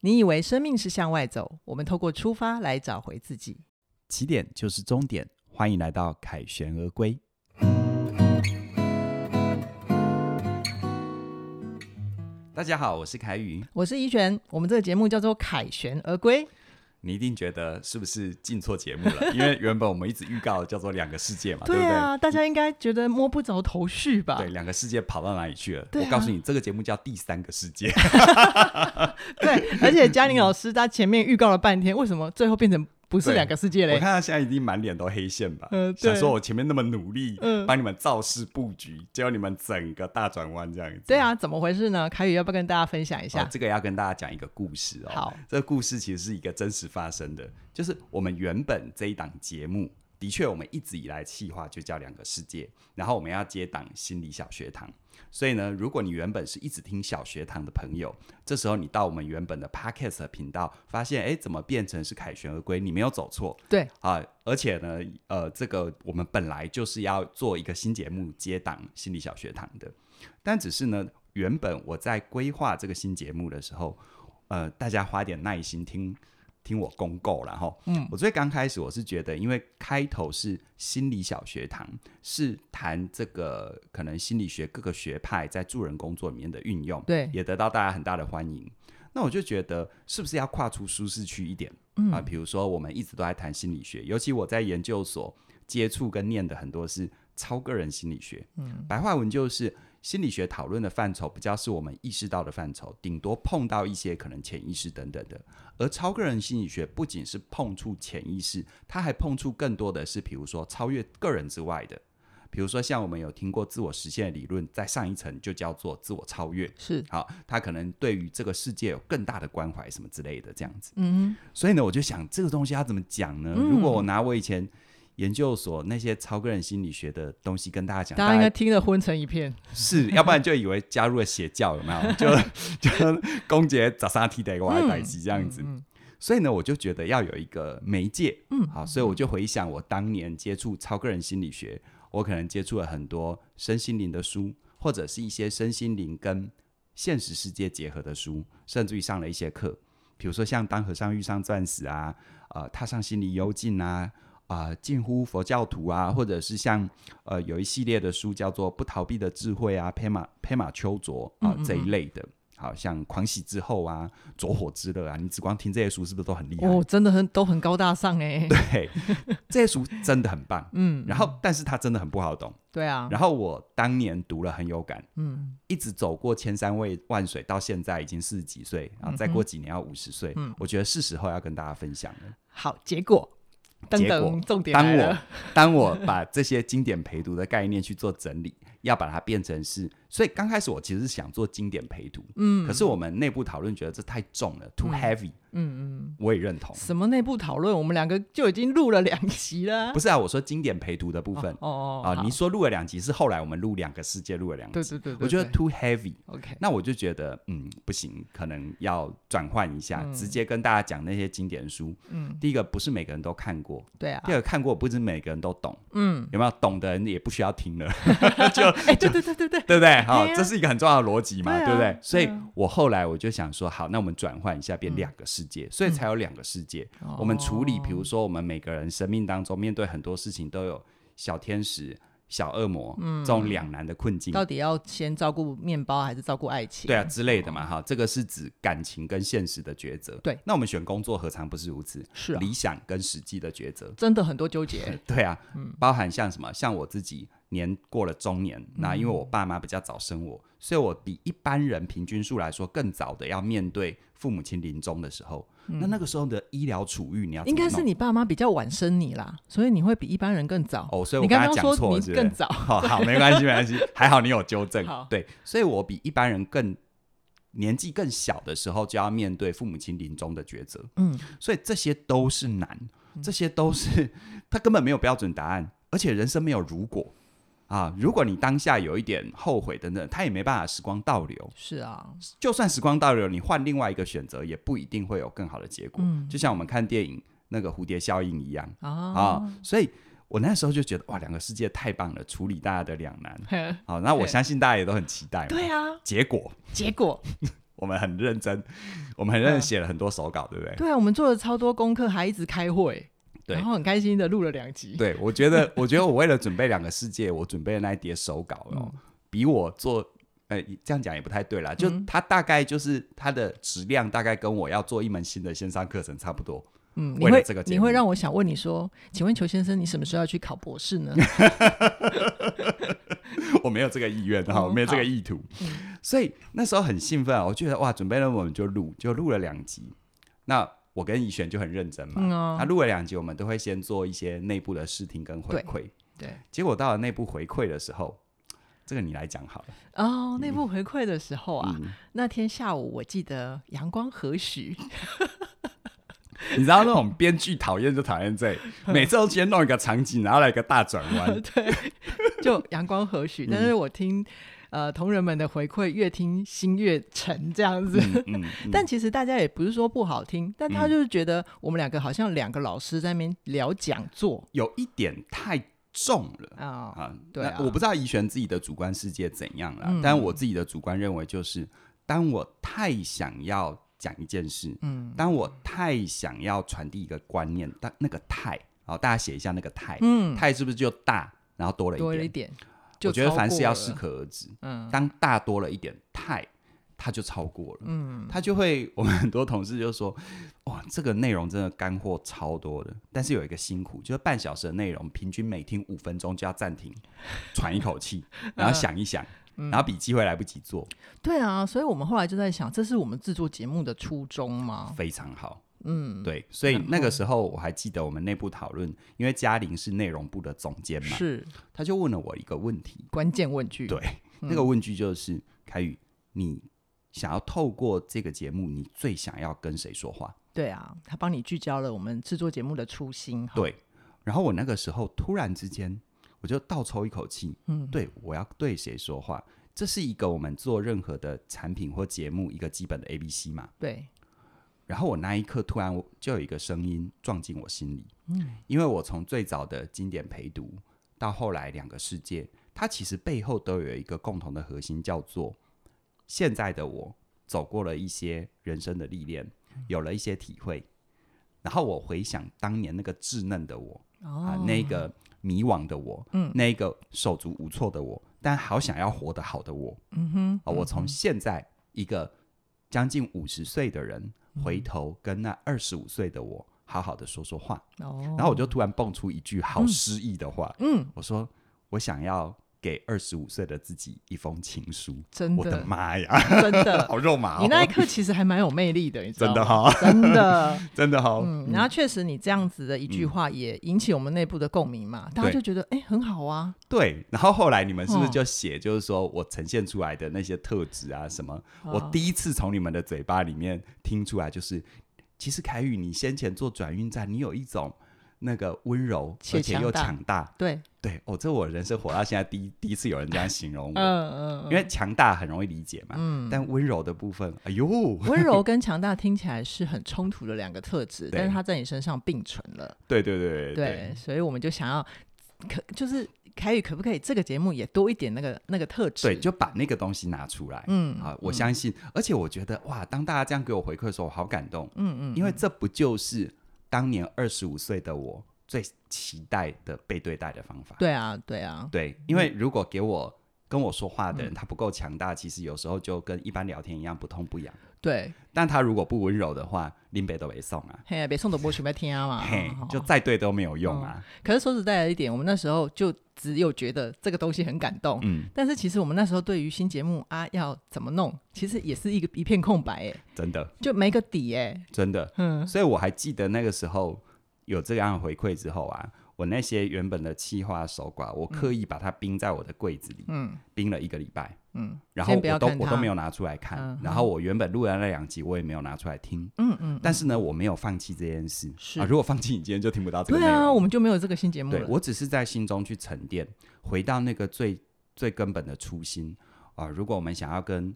你以为生命是向外走，我们透过出发来找回自己。起点就是终点，欢迎来到凯旋而归。大家好，我是凯宇。我是怡璇，我们这个节目叫做《凯旋而归》。你一定觉得是不是进错节目 了？因为原本我们一直预告叫做两个世界嘛，对不啊，大家应该觉得摸不着头绪吧？对？对，两个世界跑到哪里去了？对啊我告诉你，这个节目叫第三个世 界。 对，而且嘉玲老师她前面预告了半天，为什么最后变成不是嗯对两个世界我嘞看？他现在已经满脸都黑线吧，嗯对想说我前面那么努力，嗯帮你们造势布局，结果你们整个大转弯这样子。对啊，怎么回事呢？凯宇要不要跟大家分享一哦下？这个要跟大家讲一个故事哦。好，这个故事其实是一个真实发生的，就是我们原本这一档节目，的确我们一直以来企划就叫两个世界，然后我们要接档心理小学堂。所以呢，如果你原本是一直听小学堂的朋友，这时候你到我们原本的 podcast 的频道，发现哎，诶怎么变成是凯旋而归？你没有走错，对，啊，而且呢，呃，这个我们本来就是要做一个新节目接档心理小学堂的，但只是呢，原本我在规划这个新节目的时候，呃，大家花点耐心听听我公告然后，嗯，我最刚开始我是觉得，因为开头是心理小学堂，是谈这个可能心理学各个学派在助人工作里面的运用，对也得到大家很大的欢迎。那我就觉得，是不是要跨出舒适区一点？啊，比如说我们一直都在谈心理学，尤其我在研究所接触跟念的很多是超个人心理学。嗯，白话文就是心理学讨论的范畴比较是我们意识到的范畴，顶多碰到一些可能潜意识等等的。而超个人心理学不仅是碰触潜意识，它还碰触更多的是，比如说超越个人之外的。比如说，像我们有听过自我实现的理论，在上一层就叫做自我超越。是，好，他可能对于这个世界有更大的关怀什么之类的，这样子。嗯所以呢，我就想这个东西要怎么讲呢？如果我拿我以前研究所那些超个人心理学的东西跟大家哼，讲，大家应该听得昏成一片。是，要不然就以为加入了邪教，有没有？就就公爵早上提的我还代机这样子。嗯所以呢，我就觉得要有一个媒介，嗯，好，所以我就回想我当年接触超个人心理学，我可能接触了很多身心灵的书，或者是一些身心灵跟现实世界结合的书，甚至于上了一些课，比如说像《当和尚遇上钻石》啊，呃，踏上心灵幽静啊。啊、近乎佛教徒啊，或者是像呃有一系列的书叫做《不逃避的智慧》啊，佩马佩马丘卓啊、这一类的，好像《狂喜之后》啊，《着火之乐》啊，你只光听这些书是不是都很厉害？哦，真的很都很高大上哎。 对，这些书真的很棒。嗯，然后，但是它真的很不好懂。对啊，然后我当年读了很有感，嗯，一直走过千山万万水，到现在已经四十几岁，然后再过几年要五十岁，我觉得是时候要跟大家分享了。好，结果，等结果等，重点来当我了，当我把这些经典陪读的概念去做整理， 要把它变成是，所以刚开始我其实是想做经典陪读，嗯，可是我们内部讨论觉得这太重了，too heavy，嗯嗯，我也认同。什么内部讨论，我们两个就已经录了两集了不。是啊，我说经典陪读的部分哦哦啊，好你说录了两集是后来我们录两个世界录了两集，对对对对我觉得对 too heavy， OK，那我就觉得，嗯，不行，可能要转换一下，直接跟大家讲那些经典书。嗯，第一个不是每个人都看过，对啊第，二个看过不是每个人都懂， 嗯，有没有懂的人也不需要听了，哎，对对对对对，对不对？好、对啊这是一个很重要的逻辑嘛，对啊对不对对？所以啊我后来我就想说，好，那我们转换一下，变两个世界，嗯所以才有两个世界。 我们处哦理，比如说我们每个人生命当中面对很多事情都有小天使、小恶魔、嗯这种两难的困境。到底要先照顾面包还是照顾爱情？对啊，之类的嘛，哈，这个是指感情跟现实的抉择。对那我们选工作何尝不是如此？是啊理想跟实际的抉择。真的很多纠 结。对啊，嗯包含像什么，像我自己年过了中年，那因为我爸妈比较早生我，所以我比一般人平均数来说更早的要面对父母亲临终的时候。那那个时候的医疗处遇，你要怎嗯应么该是弄你爸妈比较晚生你啦，所以你会比一般人更早。哦，所以我你刚刚刚讲说错了，你是不是更早好 好，没关系，没关系，还好你有纠正好。对，所以我比一般人更年纪更小的时候就要面对父母亲临终的抉择，嗯，所以这些都是难，这些都是他根本没有标准答案，而且人生没有如果啊，如果你当下有一点后悔等等，他也没办法时光倒流。是啊， 就算时光倒流，你换另外一个选择，也不一定会有更好的结果。嗯就像我们看电影那个蝴蝶效应一样。啊，啊，所以我那时候就觉得哇，两个世界太棒了，处理大家的两难。嘿好，那我 对相信大家也都很期待嘛。对啊，结果结果我们很 认真，我们很认真写了很多手稿，对不对？对啊，我们做了超多功课，还一直开会，对然后很开心的录了两集。对，我觉得， 我觉得我为了准备两个世界，我准备的那一叠手稿嗯哦，比我做，呃，这样讲也不太对啦，就嗯它大概就是它的质量大概跟我要做一门新的线上课程差不多。嗯，你为了会这个节你会目让我想问你说，请问裘先生，你什么时候要去考博士 呢？我没有这个意愿哈，哦我没有这个意图，嗯所以那时候很兴奋啊，我觉得哇，准备了我们就录，就录了两集。那我跟怡璇就很认真嘛，嗯哦那录了两集，我们都会先做一些内部的试听跟回馈。对，结果到了内部回馈的时候，这个你来讲好了。哦，内部回馈的时候啊，嗯那天下午我记得阳光和 煦，你知道那种编剧讨厌就讨厌 这，每次都先弄一个场景，然后来一个大转弯。对，就阳光和煦。但是嗯我听呃同仁们的回馈，越听心越沉这样子。嗯嗯，嗯但其实大家也不是说不好听，但他就是觉得我们两个好像两个老师在那边聊讲座有一点太重了。啊、啊，对那啊我不知道怡璇自己的主观世界怎样啦，嗯但我自己的主观认为就是，当我太想要讲一件事，嗯当我太想要传递一个观念，但那个太，好，大家写一下那个太，嗯，太是不是就大，然后多了一多了一点？点，就我觉得超凡事过要了适，可而止，嗯当大多了一点太，它就超过了。嗯，他就会，我们很多同事就说，哇，这个内容真的干货超多的，但是有一个辛苦，就是半小时的内容，平均每听五分钟就要暂停，喘一 口气，然后想一想，嗯然后笔记会来不及做，对啊，所以我们后来就在想，这是我们制作节目的初衷吗？非常好。哦嗯，对，所以那个时候我还记得我们内部讨论，因为嘉玲是内容部的总监嘛，是他就问了我一个问题，关键问句，对，那个问句就是，凯宇，你想要透过这个节目，你最想要跟谁说话？对啊，他帮你聚焦了我们制作节目的初心，哈，对，然后我那个时候突然之间，我就倒抽一口气，嗯，对我要对谁说话？这是一个我们做任何的产品或节目一个基本的 A B C 嘛。对，然后我那一刻突然我就有一个声音撞进我心里，嗯，因为我从最早的经典陪读到后来两个世界，它其实背后都有一个共同的核心，叫做现在的我走过了一些人生的历练，嗯有了一些体会，然后我回想当年那个稚嫩的我，啊哦，，那个迷惘的我，嗯那个手足无措的我，但好想要活得好的我，嗯哼，啊，我从现在一个将近五十岁的人，嗯回头跟那二十五岁的我好好的说说话，哦，然后我就突然蹦出一句好诗意的话，嗯，我说我想要给二十五岁的自己一封情书，真我的的，妈呀，真的，好肉麻、你那一哦，刻其实还蛮有魅力的，你知道真的吗？哈、真 的，真的哈、嗯，然后确实你这样子的一句话也引起我们内部的共鸣嘛，大家嗯对就觉得哎、很好啊，对，然后后来你们是不是哦就写，就是说我呈现出来的那些特质啊什么？我哦第一次从你们的嘴巴里面听出来，就是其实凯宇，你先前做转运站，你有一种那个温柔，且而且又强大强大。对，对，哦，这我人生活到现在第 一第一次有人这样形容我，嗯嗯，因为强大很容易理解嘛，嗯但温柔的部分，哎呦， 温柔跟强大听起来是很冲突的两个特质， 对但是它在你身上并存了，对对对对对，所以我们就想要可就是凯宇可不可以这个节目也多一点那个那个特质？对，就把那个东西拿出来。嗯啊，我相信，而且我觉得哇，当大家这样给我回馈的时候，我好感动。嗯嗯，因为这不就是当年二十五岁的我最期待的被对待的方法？对啊对啊，对，因为如果给我跟我说话的嗯人他不够强大，其实有时候就跟一般聊天一样不痛不痒。对，但他如果不温柔的话，林北都没送啊，嘿，别送的波曲，别听啊嘛，嘿哦，就再对都没有用啊。可是说实在的一点，我们那时候就只有觉得这个东西很感动。嗯，但是其实我们那时候对于新节目啊要怎么弄，其实也是一个一片空白哎，真的就没个底哎，真的，嗯所以我还记得那个时候有这样的回馈之后啊，我那些原本的企划手稿，我刻意把它冰在我的柜子里，嗯冰了一个礼拜，嗯然后先不要我都看它我都没有拿出来看，嗯哼然后我原本录的那两集我也没有拿出来听，嗯嗯，但是呢，我没有放弃这件事是啊，如果放弃，你今天就听不到这个对内容。啊，我们就没有这个新节目对了。我只是在心中去沉淀，回到那个最最根本的初心啊、如果我们想要跟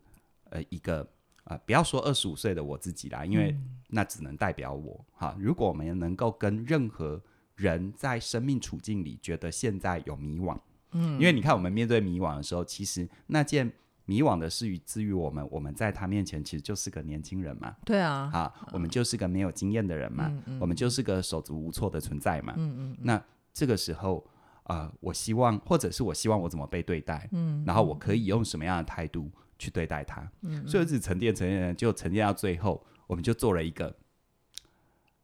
呃一个啊、呃不要说二十五岁的我自己啦，因为那只能代表我哈。如果我们能够跟任何人在生命处境里觉得现在有迷惘，嗯，因为你看我们面对迷惘的时候，其实那件。迷惘的是于至于我们，我们在他面前其实就是个年轻人嘛，对啊，啊，我们就是个没有经验的人嘛，嗯嗯我们就是个手足无措的存在嘛。嗯嗯那这个时候，啊，我希望，或者是我希望我怎么被对待，嗯，然后我可以用什么样的态度去对待他。所以一直沉淀、沉淀，就沉淀到最后，我们就做了一个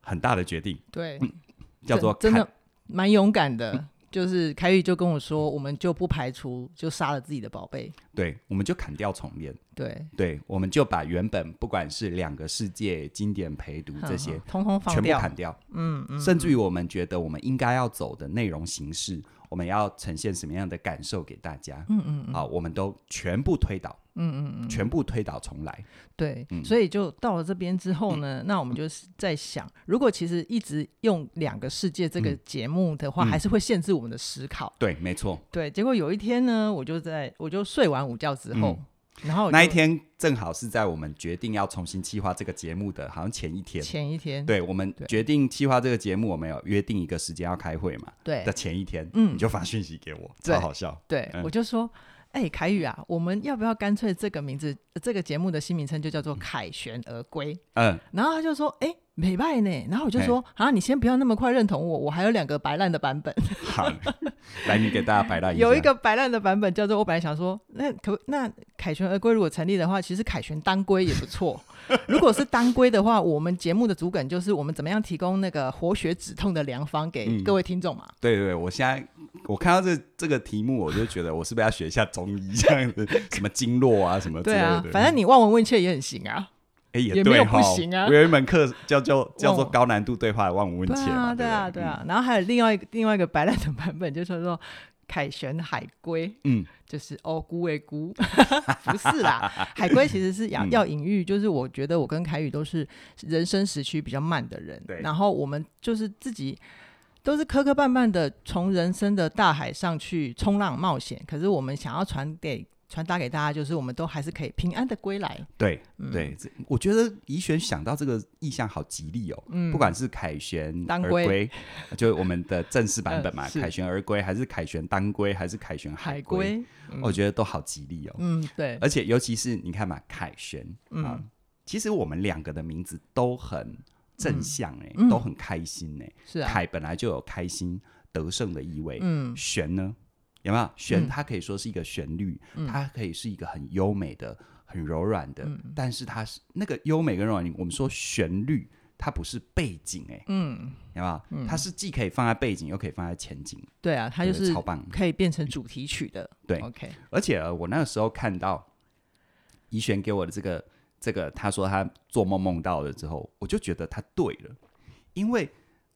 很大的决定，对，叫真做真砍的蛮勇敢的。就是凯宇就跟我说，我们就不排除就杀了自己的宝贝，对，我们就砍掉重练。对，对，我们就把原本不管是两个世界经典陪读嗯这些哼，哼通通放全部掉，砍掉，嗯嗯，甚至于我们觉得我们应该要走的内容形式，我们要呈现什么样的感受给大家，嗯嗯嗯好，我们都全部推倒，嗯嗯嗯，全部推倒重来。对，嗯所以就到了这边之后呢，那我们就是在想，如果其实一直用两个世界这个节目的话，嗯还是会限制我们的思考。对，没错。对，结果有一天呢，我就在我就睡完午觉之后，然后哦我就嗯那一天正好是在我们决定要重新计划这个节目的，好像前一天。前一天，对，我们对决定计划这个节目，我们有约定一个时间要开会嘛？对的前一天，嗯你就发讯息给我，对超好笑。对嗯我就说，哎、凯宇啊，我们要不要干脆这个名字，呃这个节目的新名称就叫做《凯旋而归》？嗯，然后他就说，哎、美拜呢，然后我就说啊，你先不要那么快认同我，我还有两个白烂的版本。 好，来，你给大家摆烂一下。有一个白烂的版本叫做，我本来想说，那可那凯旋而归如果成立的话，其实凯旋当归也不 错。如果是当归的话，我们节目的主梗就是我们怎么样提供那个活血止痛的良方给嗯各位听众嘛。对对，我现在我看到这这个题目，我就觉得我是不是要学一下中医这样子，什么经络啊，什么之对类啊的。，反正你望闻问切也很行啊。哎也也没对有不哈，行啊我有一门课叫 做叫做忘高难度对话望闻问对切嘛，啊，对啊，不嗯对啊。然后还有另外一个另外一个白烂的版本，就是说凯旋海龟，嗯，就是哦姑为姑， 不是啦，海龟其实是要、嗯要隐喻，就是我觉得我跟凯宇都是人生时区比较慢的人对，然后我们就是自己。都是磕磕绊绊的从人生的大海上去冲浪冒险，可是我们想要传给传达给大家，就是我们都还是可以平安的归来。对嗯、对，这我觉得怡璇想到这个意象好吉利哦。嗯，不管是凯旋当而归归，就是我们的正式版本嘛，嗯是凯旋而归，还是凯旋当归，还是凯旋海归，龟，嗯我觉得都好吉利哦。嗯，对，而且尤其是你看嘛，凯旋啊嗯，，其实我们两个的名字都很正向哎、嗯都很开心哎、是啊，凯本来就有开心得胜的意味，嗯，旋呢有没有？旋嗯它可以说是一个旋律，它可以是一个很优美的、很柔软的，嗯但是它是那个优美跟柔软，我们说旋律。它不是背景哎、嗯，有没有？它是既可以放在背景，又可以放在前景，对啊，它我就觉得是超棒。可以变成主题曲的。对，OK，而且、呃、我那个时候看到怡璇给我的这个这个，他说他做梦梦到了之后，我就觉得他对了，因为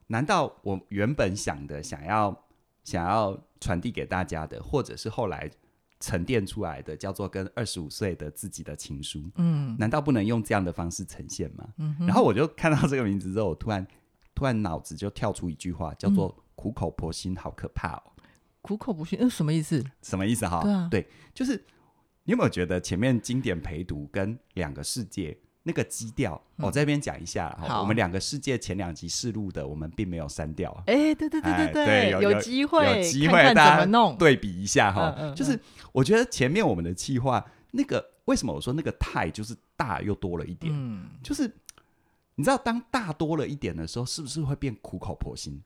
难道我原本想的想要想要传递给大家的，或者是后来沉淀出来的叫做跟二十五岁的自己的情书，嗯难道不能用这样的方式呈现吗？嗯哼，然后我就看到这个名字之后，我突然突然脑子就跳出一句话，叫做嗯“苦口婆心，好可怕哦”苦口不逊，嗯，什么意思？什么意思哈？对啊就是你有没有觉得前面经典陪读跟两个世界那个基调？我、这边讲一下啦，哈嗯好我们两个世界前两集试录的，我们并没有删掉啊。哎，对对哎对对，对有有机会，有机会看看大怎家么弄。对比一下哈，嗯嗯嗯就是我觉得前面我们的企划那个为什么我说那个太就是大又多了一点，嗯，就是你知道当大多了一点的时候，是不是会变苦口婆嗯心？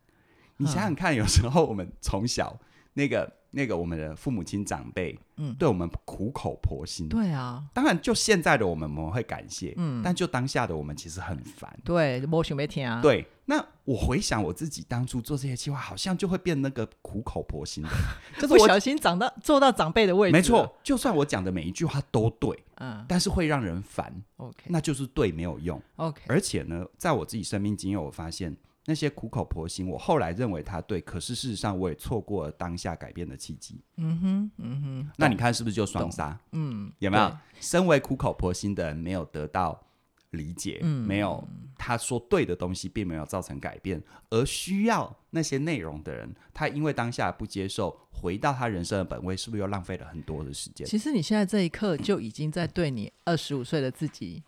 你想想看，有时候我们从小那个那个我们的父母亲长辈，嗯对我们苦口婆心，对啊，当然，就现在的我们，我们会感谢，嗯但就当下的我们，其实很烦。对，摸熊没听啊。，对，那我回想我自己当初做这些计划，好像就会变那个苦口 婆心的，就是不我小心长到坐到长辈的位置，啊没，错，就算我讲的每一句话都对，嗯但是会让人烦， ，OK 那就是对没有用。 OK，而且呢，在我自己生命经验，我发现那些苦口婆心，我后来认为他对，可是事实上我也错过了当下改变的契机。嗯哼嗯哼，那你看是不是就双杀？嗯有没有？身为苦口婆心的人，没有得到理解，嗯没有他说对的东西，并没有造成改变，而需要那些内容的人，他因为当下不接受，回到他人生的本位，是不是又浪费了很多的时间？其实你现在这一刻就已经在对你二十五岁的自己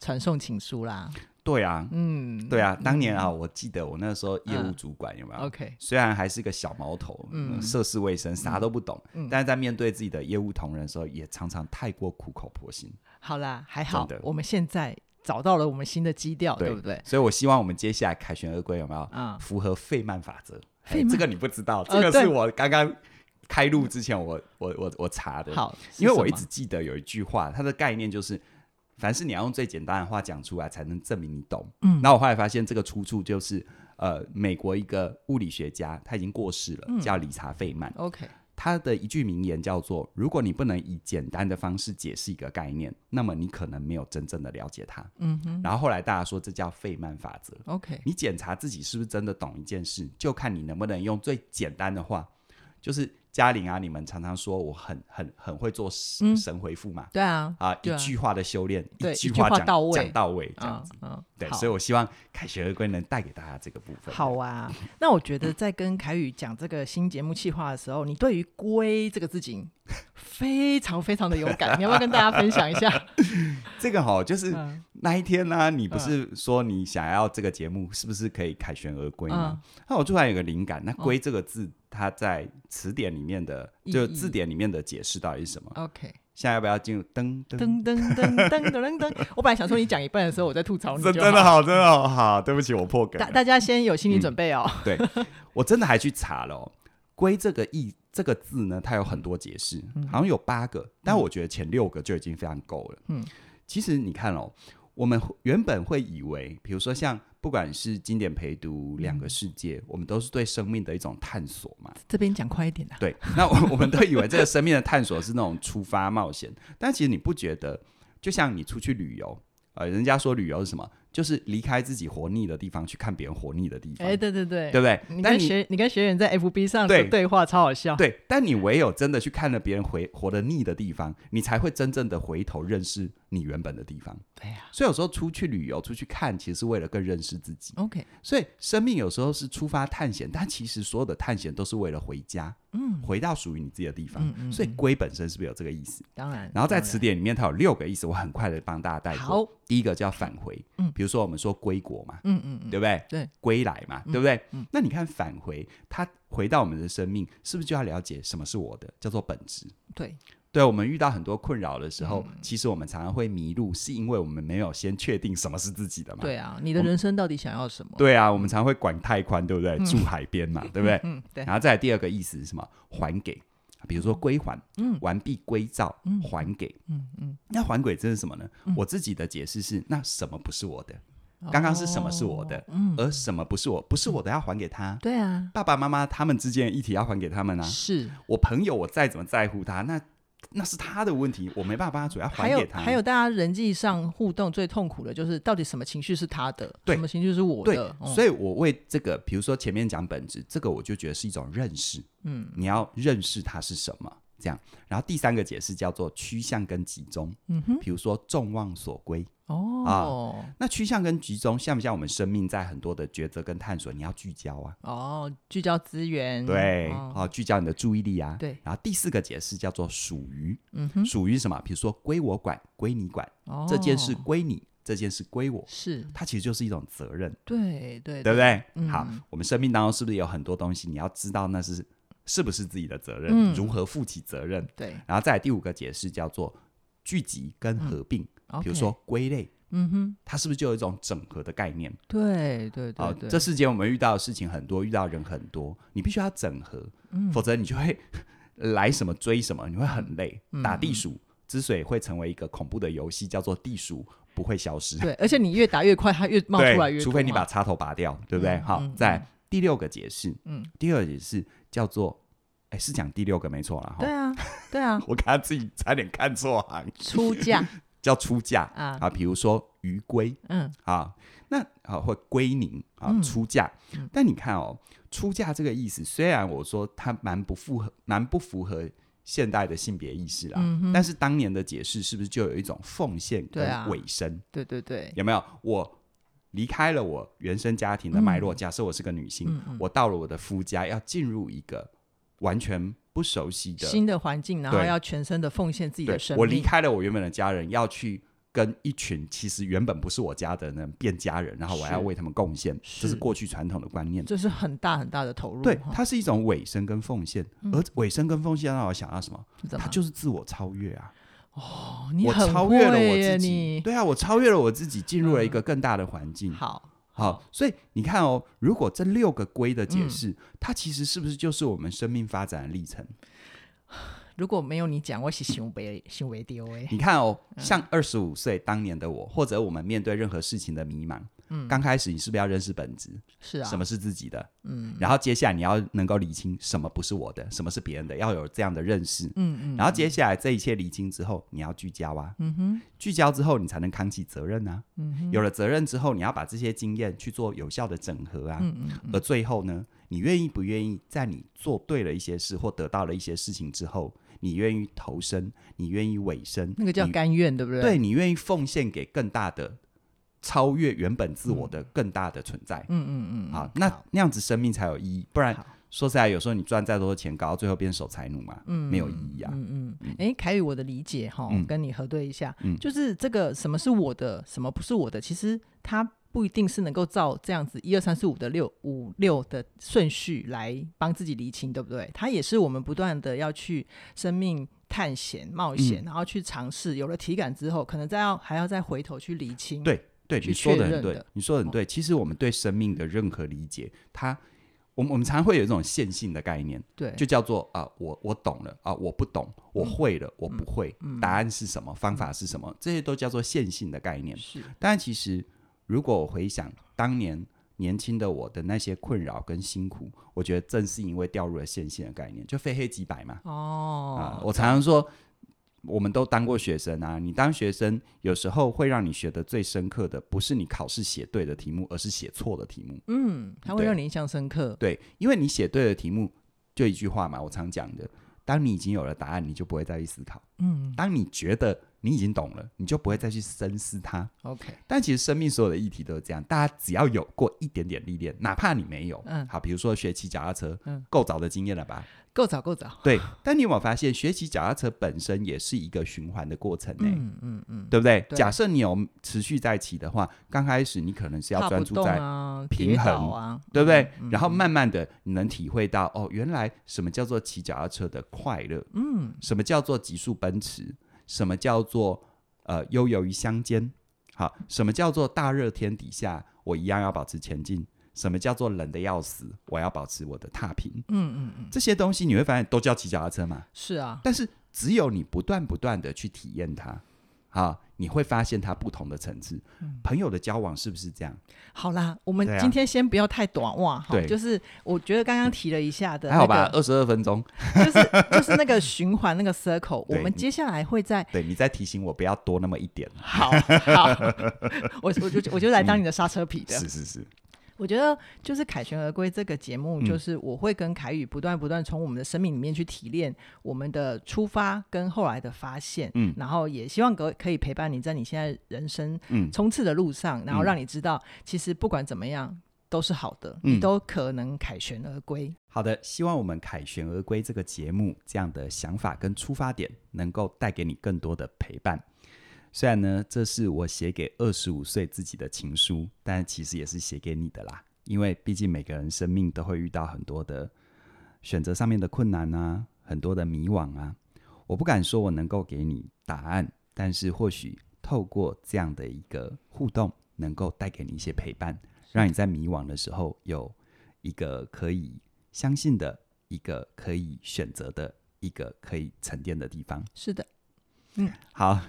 传送情书啦。对啊，嗯，对啊，当年啊，我记得我那时候业务嗯主管有没有？ ，OK，虽然还是个小毛头，嗯嗯，涉世未深，啥都不懂，嗯但是在面对自己的业务同仁的时候，也常常太过苦口婆心。好啦，还好真，的我们现在找到了我们新的基调，对对不对？所以我希望我们接下来凯旋而归有没有啊，符合费曼法则？费哎曼这个你不知道，呃这个对是我刚刚开录之前我我我我查的。，好，是因为什我一么直记得有一句话，它的概念就是，凡是你要用最简单的话讲出来，才能证明你懂。嗯那我后来发现这个出处就是，呃，美国一个物理学家，他已经过世了，嗯叫理查费曼。 OK，他的一句名言叫做：“如果你不能以简单的方式解释一个概念，那么你可能没有真正的了解它。”嗯哼然后后来大家说这叫费曼法则。 ，OK，你检查自己是不是真的懂一件事，就看你能不能用最简单的话，就是嘉玲啊，你们常常说我很很很会做神嗯神回复嘛，对啊，啊，对啊一句话的修炼，对句一句话讲到位讲到位这样啊子。，嗯，对，好所以我希望凯学而归能带给大家这个部分。好啊，那我觉得在跟凯宇讲这个新节目企划的时候，你对于“龟”这个字形非常非常的有 感，你要不要跟大家分享一下？这个哈，就是嗯那一天呢、你不是说你想要这个节目是不是可以凯旋而归吗？嗯那我突然有个灵感，那“归”这个字，它在词典里面的，意义就字典里面的解释到底是什么？ ，OK，现在要不要进入噔噔噔噔噔噔噔噔噔，我本来想说你讲一半的时候我在吐哦槽你真就真的好，好，真的好好，对不起，我破梗大了。大家先有心理准备哦。对，我真的还去查了、哦，“龟”这个意这个字呢，它有很多解释，嗯好像有八个，但我觉得前六个就已经非常够了。嗯，其实你看哦，我们原本会以为，比如说像不管是经典陪读、两个世嗯界，我们都是对生命的一种探索嘛。这边讲快一点啊，对，那我 我们都以为这个生命的探索是那种出发冒险，但其实你不觉得，就像你出去旅游，呃，人家说旅游是什么？就是离开自己活腻的地方，去看别人活腻的地方，哎，对对对，对不对？你但跟你学你跟学员在 FB 上的对对话超好笑，对，但你唯有真的去看了别人回活得腻的地方，你才会真正的回头认识你原本的地方。对呀所以有时候出去旅游、出去看，其实是为了更认识自己。 ，OK，所以生命有时候是出发探险，但其实所有的探险都是为了回家，嗯，回到属于你自己的地方。嗯嗯所以嗯“龟”本身是不是有这个意思？当然，然后在当词典里面，它有六个意思，我很快的帮大家带然过。好，第一个叫返回，嗯比如说我们说归国嘛，嗯嗯嗯，对不对？对，归来嘛，嗯对不对？嗯那你看返回，它回到我们的生命，是不是就要了解什么是我的，叫做本质？对，对我们遇到很多困扰的时候，嗯其实我们常常会迷路，是因为我们没有先确定什么是自己的嘛。对啊，你的我们人生到底想要什么？对啊，我们常会管太宽，对不对？住海边 嘛，对不对？嗯，对，然后再来第二个意思是什么？还给，比如说归还，嗯完璧归赵，嗯还给。嗯嗯，那还给这是什么呢？嗯我自己的解释是，那什么不是我的，刚刚是什么是我的哦嗯，而什么不是我，不是我的要还给他。对啊，爸爸妈妈他们之间的议题要还给他们啊。是，我朋友，我再怎么在乎他，那那是他的问题，我没办法帮他主要还还给有他。还有，大家人际上互动最痛苦的就是到底什么情绪是他的，对什么情绪是我对的，，嗯所以我为这个，比如说前面讲本质，这个我就觉得是一种认识，嗯你要认识它是什么。这样，然后第三个解释叫做趋向跟集中，嗯哼，比如说众望所归。哦那趋向跟集中像不像我们生命在很多的抉择跟探索？你要聚焦啊，哦，聚焦资源，对，哦好、聚焦你的注意力啊。对然后第四个解释叫做属于，嗯哼，属于什么？比如说归我管，归你管，哦这件事归你，这件事归我，是它其实就是一种责任，对对对不对？嗯好，我们生命当中是不是有很多东西，你要知道那是是不是自己的责任，嗯如何负起责任？对，然后再来第五个解释叫做聚集跟合并，比如嗯 OK 说，归类，嗯哼，它是不是就有一种整合的概念？对对好、对对，这世间我们遇到的事情很多，遇到的人很多，你必须要整合，嗯否则你就会来什么追什么，你会很累。嗯打地鼠之所以会成为一个恐怖的游戏，叫做地鼠不会消 失，对，而且你越打越快，它越冒出来越多对，除非你嘛把插头拔掉，对不对？嗯好，嗯在第六个解释，嗯第二个解释叫做，哎，是讲第六个没错了对哈。，啊对啊 我刚刚自己差点看错行，出价叫出价 啊，啊，比如说鱼龟，嗯啊，那啊或归宁啊、嗯出嫁嗯，但你看哦，出嫁这个意思，虽然我说它蛮不符合，蛮不符合现代的性别意识啦，嗯哼，但是当年的解释是不是就有一种奉献对跟啊委身？对对对，有没有？我离开了我原生家庭的脉络，假设我是个女性，嗯嗯我到了我的夫家，要进入一个完全不熟悉的新的环境，然后对要全身的奉献自己的对生命，我离开了我原本的家人，要去跟一群其实原本不是我家的人变家人，然后我还要是为他们贡献，这是是过去传统的观念。这是很大很大的投入。对，哈它是一种委身跟奉献，而委身跟奉献让我想到什么？是怎么它就是自我超越啊！哦你我很超越了我会耶自己，你嗯对啊，我超越了我自己，进入了一个更大的环境。好，嗯好，所以你看哦，如果这六个龟的嗯解释，它其实是不是就是我们生命发展的历程？如果没有你讲，我是行为行为丢哎，你看哦，像二十五岁当年的我，或者我们面对任何事情的迷茫，刚开始你是不是要认识本质，是啊，什么是自己的？嗯，然后接下来你要能够理清什么不是我的，什么是别人的，要有这样的认识。嗯嗯然后接下来这一切理清之后，你要聚焦啊，嗯哼，嗯聚焦之后你才能扛起责任啊。有了责任之后，你要把这些经验去做有效的整合啊。嗯嗯而最后呢，你愿意不愿意在你做对了一些事或得到了一些事情之后，你愿意投身，你愿意委身，那个叫你甘愿，对不对？对，你愿意奉献给更大的、超越原本自我的更大的存在。嗯嗯嗯，好，那那样子生命才有意义，不然好说实在，有时候你赚再多的钱，搞到最后变守财奴嘛，嗯没有意义啊。嗯嗯，哎，凯宇，我的理解哈，嗯我跟你核对一下嗯，就是这个什么是我的，什么不是我的，其实它不一定是能够照这样子一二三四五的六五六的顺序来帮自己厘清，对不对？它也是我们不断的要去生命探险、冒嗯险，然后去尝试，有了体感之后，可能再要还要再回头去厘清。对对，去你说确的很认对的，你说的很哦对。其实我们对生命的任何理解，它，我们我们常会有一种线性的概念，对，嗯就叫做啊，我我懂了啊，我不懂，我会了，我不会，答案是什么，方法是什么，这些都叫做线性的概念。是但其实，如果我回想当年年轻的我的那些困扰跟辛苦，我觉得正是因为掉入了线性的概念，就非黑即白嘛。啊、哦，我常常说，我们都当过学生啊。你当学生，有时候会让你学得最深刻的，不是你考试写对的题目，而是写错的题目。嗯，它会对让你印象深刻。对，因为你写对的题目，就一句话嘛，我常讲的：当你已经有了答案，你就不会再去思考；嗯当你觉得你已经懂了，你就不会再去深思它。 ，OK，但其实生命所有的议题都是这样，大家只要有过一点点历练，哪怕你没有，嗯好，比如说学骑脚踏车，嗯够早的经验了吧？够早够早。对。但你有没有发现，学骑脚踏车本身也是一个循环的过程呢、嗯嗯嗯，对不对？对假设你有持续在骑的话，刚开始你可能是要踏专不注动在，啊，平跌倒衡啊，对不对？嗯然后慢慢的，你能体会到哦，原来什么叫做骑脚踏车的快乐，嗯，什么叫做极速奔驰，什么叫做呃悠游于乡间，好，什么叫做大热天底下我一样要保持前进，什么叫做冷的要死，我要保持我的踏平，嗯嗯嗯，这些东西你会发现都叫骑脚踏车嘛，是啊，但是只有你不断不断的去体验它，好，你会发现它不同的层次。嗯朋友的交往是不是这样？好啦，我们对啊今天先不要太短袜哈对，就是我觉得刚刚提了一下的、还那好个，吧，二十二分钟。 就是就是那个循环那个 circle，我对们接下来会 在对你再提醒我不要多那么一点。好好， 我我就我就来当你的刹车皮的，是是是，我觉得就是《凯旋而归》这个节目，嗯就是我会跟凯宇不断不断从我们的生命里面去提炼我们的出发跟后来的发现，嗯然后也希望可可以陪伴你在你现在人生嗯冲刺的路上，然后嗯让你知道，其实不管怎么样都是好的，嗯你都可能凯旋而归。好的，希望我们《凯旋而归》这个节目这样的想法跟出发点，能够带给你更多的陪伴。虽然呢，这是我写给二十五岁自己的情书，但其实也是写给你的啦。因为毕竟每个人生命都会遇到很多的选择上面的困难啊，很多的迷惘啊。我不敢说我能够给你答案，但是或许透过这样的一个互动，能够带给你一些陪伴，让你在迷惘的时候有一个可以相信的一个可以选择的一个可以沉淀的地方。是的，好，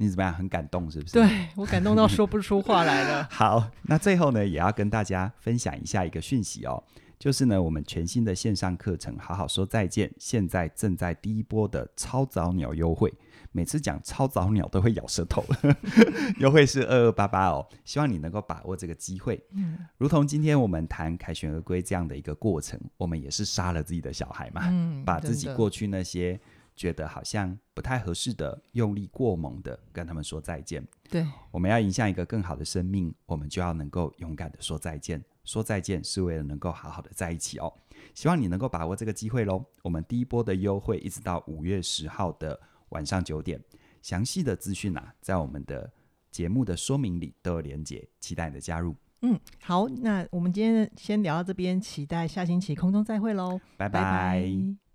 你怎么样？很感动是不是？。。对我感动到说不出话来了好，那最后呢，也要跟大家分享一下一个讯息哦，就是呢，我们全新的线上课程《好好说再见》，现在正在第一波的超早鸟优惠。每次讲超早鸟都会咬舌头， 优惠是二二八八哦，希望你能够把握这个机会。嗯如同今天我们谈凯旋而归这样的一个过程，我们也是杀了自己的小孩嘛，嗯 把自己真的过去那些觉得好像不太合适的、用力过猛的，跟他们说再见。对，我们要迎向一个更好的生命，我们就要能够勇敢的说再见。说再见是为了能够好好的在一起哦。希望你能够把握这个机会喽。我们第一波的优惠一直到五月十号的晚上九点，详细的资讯啊，在我们的节目的说明里都有连结，期待你的加入，嗯，好，那我们今天先聊到这边，期待下星期空中再会喽，拜拜拜